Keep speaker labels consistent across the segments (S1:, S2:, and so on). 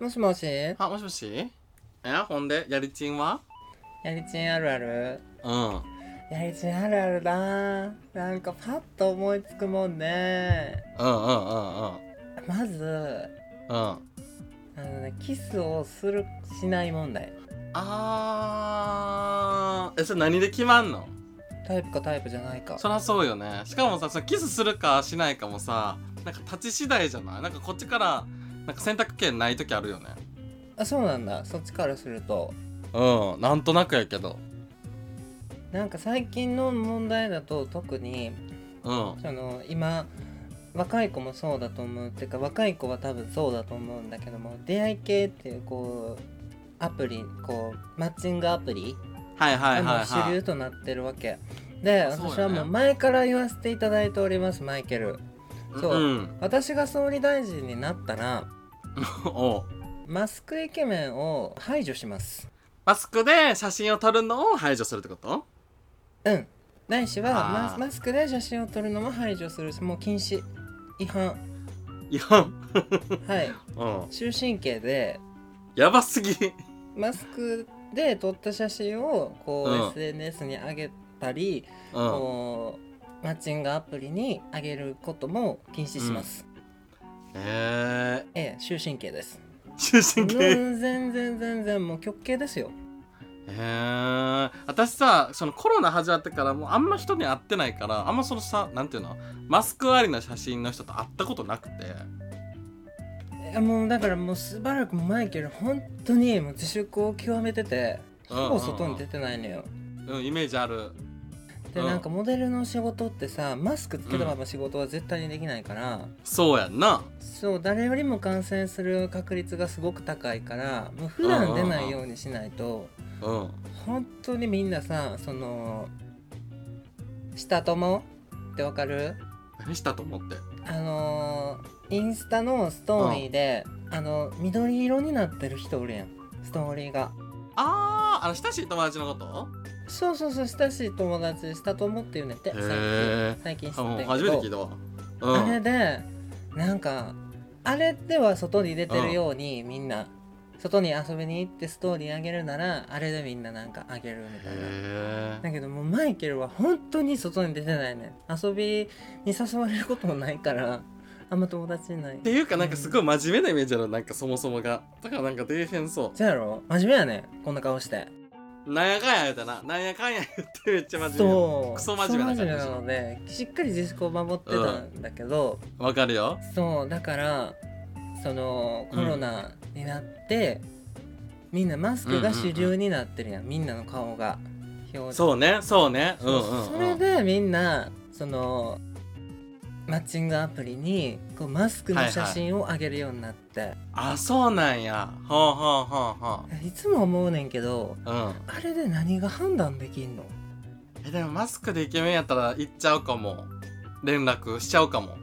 S1: もしもしや
S2: あ、もしもしえ、ほんで、やりちんは
S1: りちんあるある
S2: うん。
S1: やりちんあるあるだなんかパッと思いつくもんね
S2: うんうんうんうん。
S1: まず
S2: うん。
S1: あの、ね、キスをするしない問題
S2: あー。え、それ何で決まんの
S1: タイプかタイプじゃないか
S2: そらそうよね。しかもさ、そのキスするかしないかもさ、なんか立ち次第じゃないなんかこっちから、なんか選択権ない時あるよね。
S1: あそうなんだそっちからすると
S2: うん、なんとなくやけど。
S1: なんか最近の問題だと特に
S2: うん。
S1: その今若い子もそうだと思うっていうか若い子は多分そうだと思うんだけども出会い系っていうこうアプリこうマッチングアプリ
S2: はいは
S1: あ
S2: いはい
S1: の主
S2: は
S1: 流
S2: い。
S1: となってるわけで
S2: そうだね
S1: 私はもう前から言わせていただいておりますマイケルそう
S2: うん。
S1: 私が総理大臣になったら
S2: おう
S1: マスクイケメンを排除します
S2: マスクで写真を撮るのを排除するってこと
S1: うんないしは
S2: あー
S1: ママスクで写真を撮るのも排除するしもう禁止違 反
S2: いやん。
S1: はい
S2: うん。
S1: 終身刑で
S2: やばすぎ。
S1: マスクで撮った写真をこう、
S2: うん
S1: SNS に上げたり、
S2: うん。
S1: こうマッチングアプリに上げることも禁止します、
S2: え
S1: ええ終身刑です
S2: ー、終身刑。
S1: うん全然全然もう極刑ですよ
S2: へえ私さそのコロナ始まってからもうあんま人に会ってないからあんまそのさなんていうのマスクありの写真の人と会ったことなくて
S1: いやもうだからもうしばらくもマイケル本当にもう自粛を極めてて
S2: うん
S1: ほぼ外に出てないのよ、
S2: うんイメージある
S1: で
S2: うん
S1: なんかモデルの仕事ってさマスクつけたまま仕事は絶対にできないから、
S2: そうやんな
S1: そう誰よりも感染する確率がすごく高いからもう普段出ないようにしないと
S2: うん
S1: 本当にみんなさその下友ってわかる
S2: 何したと思って
S1: あのーインスタのストーリーで、あの緑色になってる人おるやんストーリーが
S2: あーあの親しい友達のこ
S1: そうそうそう親しい友達下友って言うねんって
S2: へー
S1: 最近最近知
S2: と
S1: っ
S2: うん
S1: てん
S2: 初
S1: け
S2: め
S1: ど
S2: て聞いたわう
S1: あれ
S2: ん
S1: でなんかあれでは外に出てるように、みんな外に遊びに行ってストーリーあげるならあれでみんななんかあげるみたいな。
S2: へえ
S1: だけどもうマイケルは本当に外に出てないね遊びに誘われることもないからあんま友達いない
S2: っていうかなんかすごい真面目なイメージあるなんかそもそもがだからなんか出えへんそ
S1: そうやろ真面目やねこんな顔して
S2: うなんやかんや言うたななんやかんや言ってめっちゃ真面目
S1: そう
S2: クソ真面目な感じ
S1: クソなのでしっかり自粛を守ってたんだけど、
S2: やわかるよ
S1: そうだからそのコロナになって、みんなマスクが主流になってるやん,、みんなの顔が表情
S2: そうねそうねうんうん、うん、
S1: それでみんなそのマッチングアプリにこうマスクの写真を上げるようになって、い
S2: あそうなんやほうほうほうほ
S1: つも思うねんけど
S2: ううん
S1: あれで何が判断できんの
S2: えでもマスクでイケメンやったら行っちゃうかも連絡しちゃうかも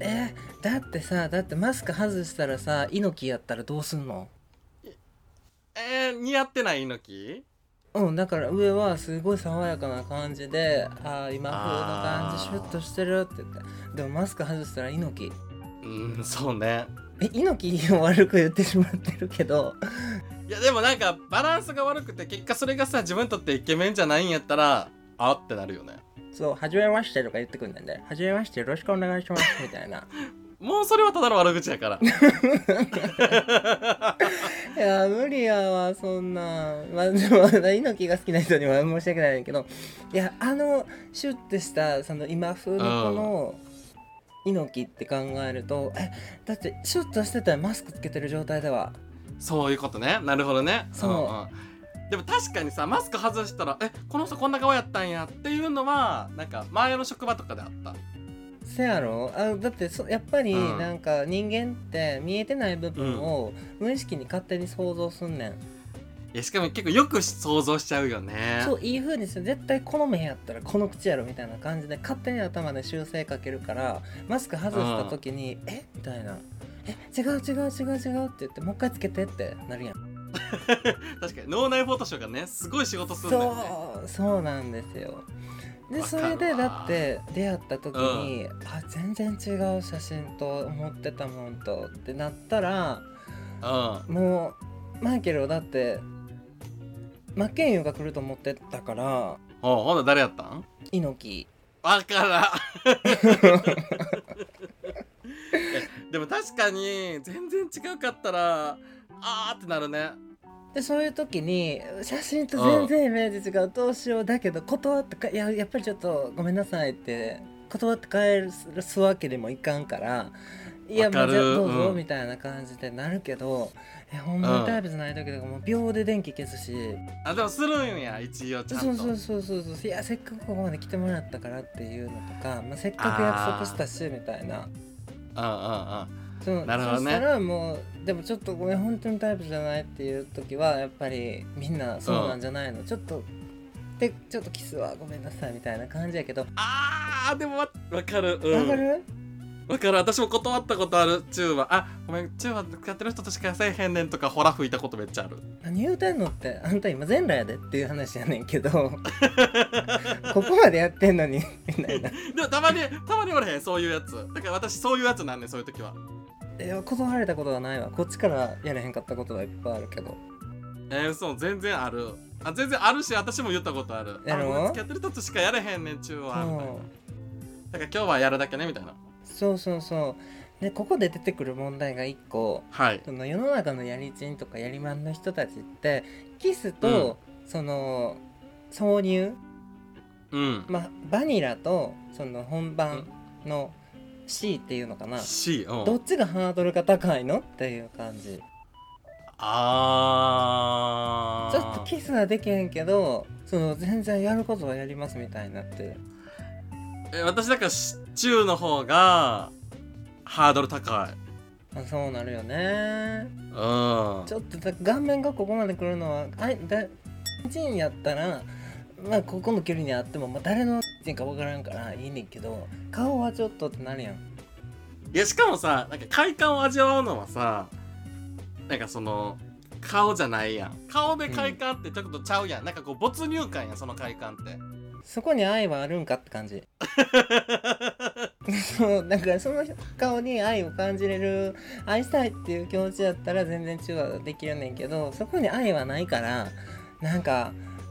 S1: えだってさだってマスク外したらさ猪木やったらどうすんの
S2: えー、似合ってない猪木
S1: うん、だから上はすごい爽やかな感じで「ああ今風の感じシュッとしてる」って言ってでもマスク外したら猪木
S2: うんそうね
S1: え猪木を悪く言ってしまってるけど
S2: いやでもなんかバランスが悪くて結果それがさ自分にとってイケメンじゃないんやったらあってなるよね
S1: そう「はじめまして」とか言ってくんねんで「はじめましてよろしくお願いします」みたいな
S2: もうそれはただの悪口や から
S1: いや無理やわそんなまあでも猪木が好きな人には申し訳ないんだけどいやあのシュッてしたその今風のこの猪木って考えるとえだってシュッとしてたらマスクつけてる状態では
S2: そういうことねなるほどね
S1: そうん
S2: んでも確かにさマスク外したら「えこの人こんな顔やったんや」っていうのはなんか前の職場とかであった
S1: せやろあだってそやっぱり
S2: うん
S1: なんか人間って見えてない部分を無意識に勝手に想像すんねん、
S2: いやしかも結構よく想像しちゃうよね
S1: そういい風にして絶対この目やったらこの口やろみたいな感じで勝手に頭で修正かけるからマスク外した時に「えみたいな「え違う違う違う違う」って言って「もう一回つけて」ってなるやん
S2: 確かに脳内フォトショーがねすごい仕事するんだよね
S1: そうそうなんですよで
S2: わか
S1: そ
S2: るわ
S1: れでだって出会った時に、あ全然違う写真と思ってたもんとってなったら
S2: うん
S1: もうマイケルはだって真剣佑が来ると思ってたから
S2: ほうほんなら誰やったん
S1: 猪木
S2: わ からんいやでも確かに全然違うかったらあーってなるね
S1: でそういう時に写真と全然イメージ違うどうしようだけど断ってかいややっぱりちょっとごめんなさいって断って帰るすわけにもいかんからいや
S2: わ
S1: も
S2: か
S1: う
S2: る
S1: じゃあどうぞ
S2: うん
S1: みたいな感じでなるけど、えほんまにタイプじゃない時とかもう秒で電気消すし、
S2: あでもするんや一応ちゃんと
S1: そうそうそうそうそういやせっかくここまで来てもらったからっていうのとか、まあ、せっかく約束したしみたいな。
S2: うんうんうん
S1: その
S2: なるほどね
S1: そしたらもうでもちょっとごめん本当にタイプじゃないっていう時はやっぱりみんなそうなんじゃないの、ちょっとでちょっとキスはごめんなさいみたいな感じやけどわ、
S2: あーでもわわかるうん
S1: かる
S2: わかる私も断ったことあるチューはあごめんチューは使ってる人としかせえへんねんとかほら吹いたことめっちゃある
S1: 何言うてんのってあんた今全裸やでっていう話やねんけ どここまでやってんのにみたいな
S2: でもたまにたまにおれへんそういうやつだから私そういうやつなんねんそういう時は
S1: え断られたことはないわこっちからやれへんかったことはいっぱいあるけど
S2: えー、そう全然あるあ全然あるし私も言ったことある
S1: やろ
S2: あ俺付き合ってる人としかやれへんねんチューはみたいな
S1: そう
S2: だから今日はやるだけねみたいな
S1: そうそうそうでここで出てくる問題が1個
S2: はい
S1: その世の中のやりちんとかやりまんの人たちってキスと、その挿入、
S2: うん
S1: まあ、バニラとその本番の C っていうのかな、
S2: C う
S1: ど
S2: ん
S1: っちがハードルが高いのっていう感じ
S2: あ
S1: ちょっとキスはできへんけどその全然やることはやりますみたいになって
S2: とえ私だからシチューの方がハードル高い
S1: あそうなるよね
S2: うん
S1: ちょっとだ顔面がここまで来るのはあいだ人やったらまあここの距離にあっても、まあ、誰の人か分からんからいいねんけど顔はちょっとってなるやん
S2: いやしかもさなんか快感を味わうのはさなんかその顔じゃないやん顔で快感ってちょっとちゃうやん、なんかこう没入感やんその快感って
S1: そこに愛はあるんかって感じそうだからその顔に愛を感じれる愛したいっていう気持ちやったら全然中和できるねんけどそこに愛はないからなんか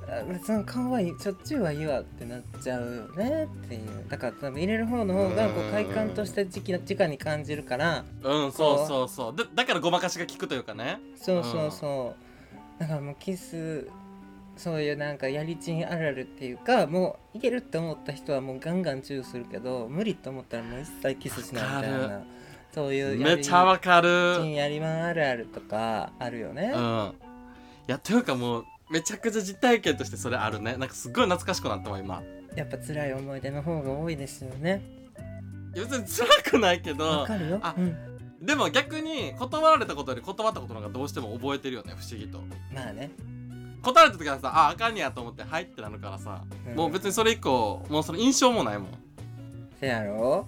S1: あ別に顔はいいしょっちゅうはいいわってなっちゃうよねっていうだから多分入れる方の方がこ
S2: う
S1: うん快感として直直に感じるから
S2: うんそうそうそうだだからごまかしが効くというかね
S1: そうそうそうだからもうキスそういうなんかやりちんあるあるっていうかもういけるって思った人はもうガンガンチューするけど無理って思ったらもう一切キスしないみたい
S2: わか
S1: なそういうや
S2: め
S1: り
S2: ちゃわかる
S1: ちんやりまんあるあるとかあるよね、
S2: うんいやというかもうめちゃくちゃ実体験としてそれあるねなんかすっごい懐かしくなったわ今
S1: やっぱ辛い思い出の方が多いですよね
S2: いや別に辛くないけ
S1: わ
S2: ど
S1: かるよ
S2: あ
S1: うん、
S2: でも逆に断られたことより断ったことの方がどうしても覚えてるよね不思議と
S1: まあね、
S2: 断られた時はさああかんやと思って「はい」ってなるからさ、
S1: ん
S2: もう別にそれ以降もうその印象もないもん
S1: せやろ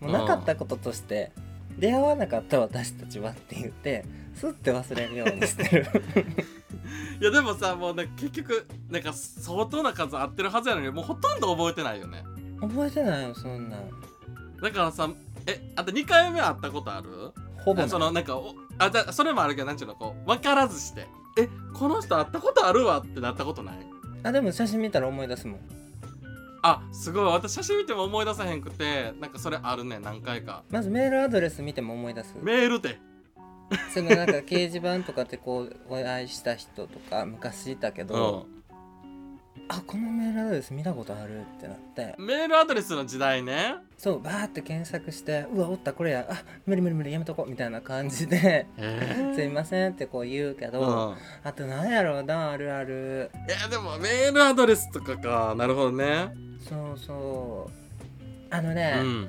S1: もうなかったこととして出会わなかった私たちはって言ってすって忘れるように してる
S2: いやでもさもうなんか結局なんか相当な数合ってるはずやのにもうほとんど覚えてないよね
S1: 覚えてないよそんなん
S2: だからさえあと2回目会ったことある
S1: ほぼない
S2: そのなんかおあじゃそれもあるけどなんちゅうのこう分からずしてえこの人会ったことあるわってなったことない
S1: あでも写真見たら思い出すもん
S2: あすごい私写真見ても思い出さへんくてなんかそれあるね何回か
S1: まずメールアドレス見ても思い出す
S2: メールで
S1: そのなんか掲示板とかってこうお会いした人とか昔いたけ
S2: う
S1: ど、
S2: ん
S1: あこのメールアドレス見たことあるってなって
S2: メールアドレスの時代ね
S1: そうバーって検索してうわおったこれやあ無理無理無理やめとこうみたいな感じで
S2: え
S1: すいませんってこう言うけ
S2: え
S1: ど、あと何やろうなあるある
S2: いやでもメールアドレスとかかなるほどね
S1: そうそうあの
S2: う
S1: ね、
S2: ん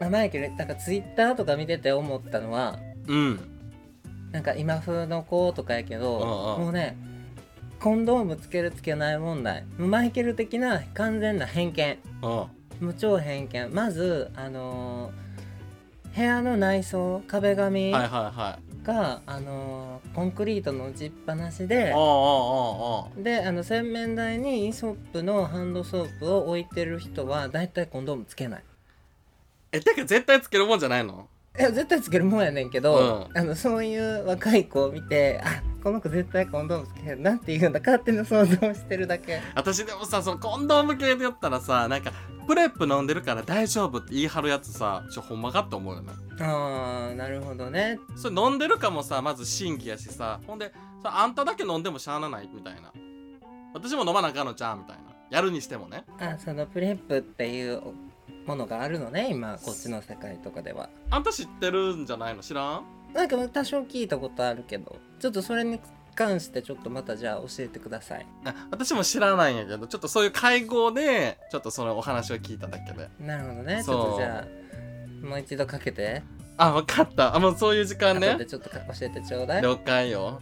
S1: まあマイケルなんかツイッターとか見てて思ったのは
S2: うん
S1: なんか今風の子とかやけど
S2: うんうん
S1: もうねコンドームつけるつけない問題もうマイケル的な完全な偏見
S2: うん
S1: もう超偏見まずあのー部屋の内装壁紙
S2: はいはい
S1: が、
S2: はい
S1: あのーコンクリートの打ちっぱなしで
S2: ああああああ
S1: であの洗面台にイソップのハンドソープを置いてる人はだいたいコンドームつけない
S2: えてか絶対つけるもんじゃないの
S1: いや絶対つけるもんやねんけど、あのそういう若い子を見てあこの子絶対コンドームつけへんなっていうような勝手な想像をしてるだけ
S2: 私でもさそのコンドーム系でやったらさなんかプレップ飲んでるから大丈夫って言い張るやつさちょほんまかって思うよね
S1: あーなるほどね
S2: それ飲んでるかもさまず真偽やしさほんでさあんただけ飲んでもしゃあなないみたいな私も飲まなあかんのちゃうみたいなやるにしてもね
S1: あそのプレップっていうものがあるのね今こっちの世界とかでは
S2: あんた知ってるんじゃないの知らん
S1: なんか多少聞いたことあるけどちょっとそれに関してちょっとまたじゃあ教えてください
S2: あ私も知らないんやけどちょっとそういう会合でちょっとそのお話を聞いただけで
S1: なるほどねち
S2: そう
S1: ょっとじゃあもう一度かけて、
S2: あ分かったあもうそういう時間
S1: 後
S2: ね
S1: でちょっとか教えてちょうだい
S2: 了解よ